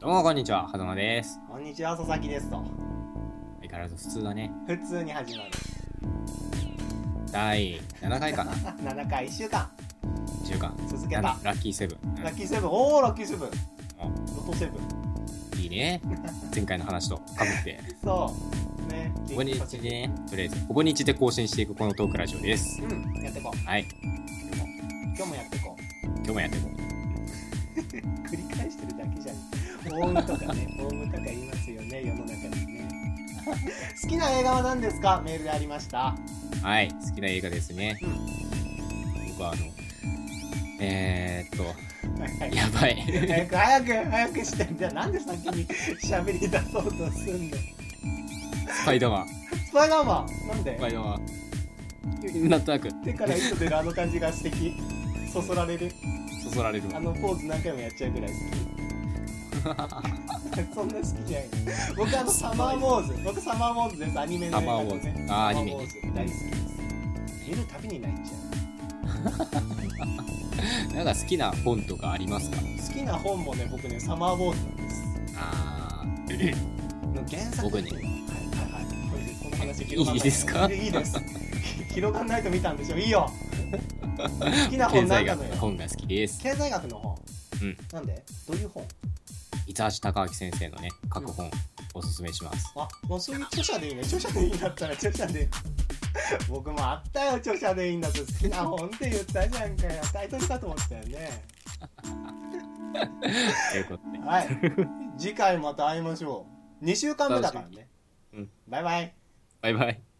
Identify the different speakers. Speaker 1: どうもこんにちは、はざまです。
Speaker 2: こんにちは、佐々木ですと。
Speaker 1: 相変わらず普通だね。
Speaker 2: 普通に始まる。
Speaker 1: 第7回 かな
Speaker 2: 7回1週間、
Speaker 1: ?10 回。
Speaker 2: 続けた
Speaker 1: なんだラッキーセブン。
Speaker 2: ラッキーセブン、おー、ラッキーセブン、ロ
Speaker 1: お
Speaker 2: トセブン。
Speaker 1: いい ね。前回の話とかぶって。
Speaker 2: そう。ね、
Speaker 1: おぼにちでね、とりあえず、おぼにちで更新していくこのトークラジオです。
Speaker 2: うん、やってこう。
Speaker 1: はい。
Speaker 2: 今日もやってこ
Speaker 1: 今日もやっていこう。
Speaker 2: う。繰り返してるだけじゃん。オウムと かね、オウムとか言いますよね、世の中にね。 好きな映画は何ですかメールでありました。
Speaker 1: はい。好きな映画ですね。
Speaker 2: うん
Speaker 1: 僕はあの、えー、っと、
Speaker 2: はいはい
Speaker 1: やば い。
Speaker 2: 早く早く早くしてじゃあなんで先に喋り出そうとすんの
Speaker 1: スパイダーマン。ス
Speaker 2: スパイダーマンなんで
Speaker 1: パイダーマン。なんとなく、
Speaker 2: 手から糸出るあの感じが素敵そそられる
Speaker 1: そそられる
Speaker 2: あ
Speaker 1: わ。
Speaker 2: のポーズ何回もやっちゃうぐらい好き そんな好きじゃない僕あのサマーウォーズ僕サマーウォーズですアニメの
Speaker 1: サマーウォ
Speaker 2: で
Speaker 1: ー
Speaker 2: ね
Speaker 1: ズ。あー、アニメ
Speaker 2: サマーウ
Speaker 1: ね。
Speaker 2: ォーズ大好きです見るたびに泣いちゃ
Speaker 1: なんか好きな本とかありますか
Speaker 2: う好きな本もね僕ねサマーウォーズなんです
Speaker 1: あー。
Speaker 2: の原作
Speaker 1: 僕ね
Speaker 2: はいはいはいこれでこの話広がんない
Speaker 1: いいですか
Speaker 2: いいです 広がんないと見たんでしょいいよ好きな
Speaker 1: 経
Speaker 2: 本な
Speaker 1: 済
Speaker 2: んな
Speaker 1: 学
Speaker 2: の
Speaker 1: の
Speaker 2: よ
Speaker 1: 本が好きです。
Speaker 2: 経済学の本
Speaker 1: うん
Speaker 2: なんでどういう本
Speaker 1: 伊橋隆明先生のね、書く本、おすすめします。
Speaker 2: あもうそういう著者でいいね著者でいいんだったら著者で僕もあったよ著者でいいんだと好きな本って言ったじゃんかよタイトルかと思ったよね
Speaker 1: ということで、
Speaker 2: はい 次回また会いましょう2週間目だからね、
Speaker 1: うん
Speaker 2: バイバイ
Speaker 1: バイバイ。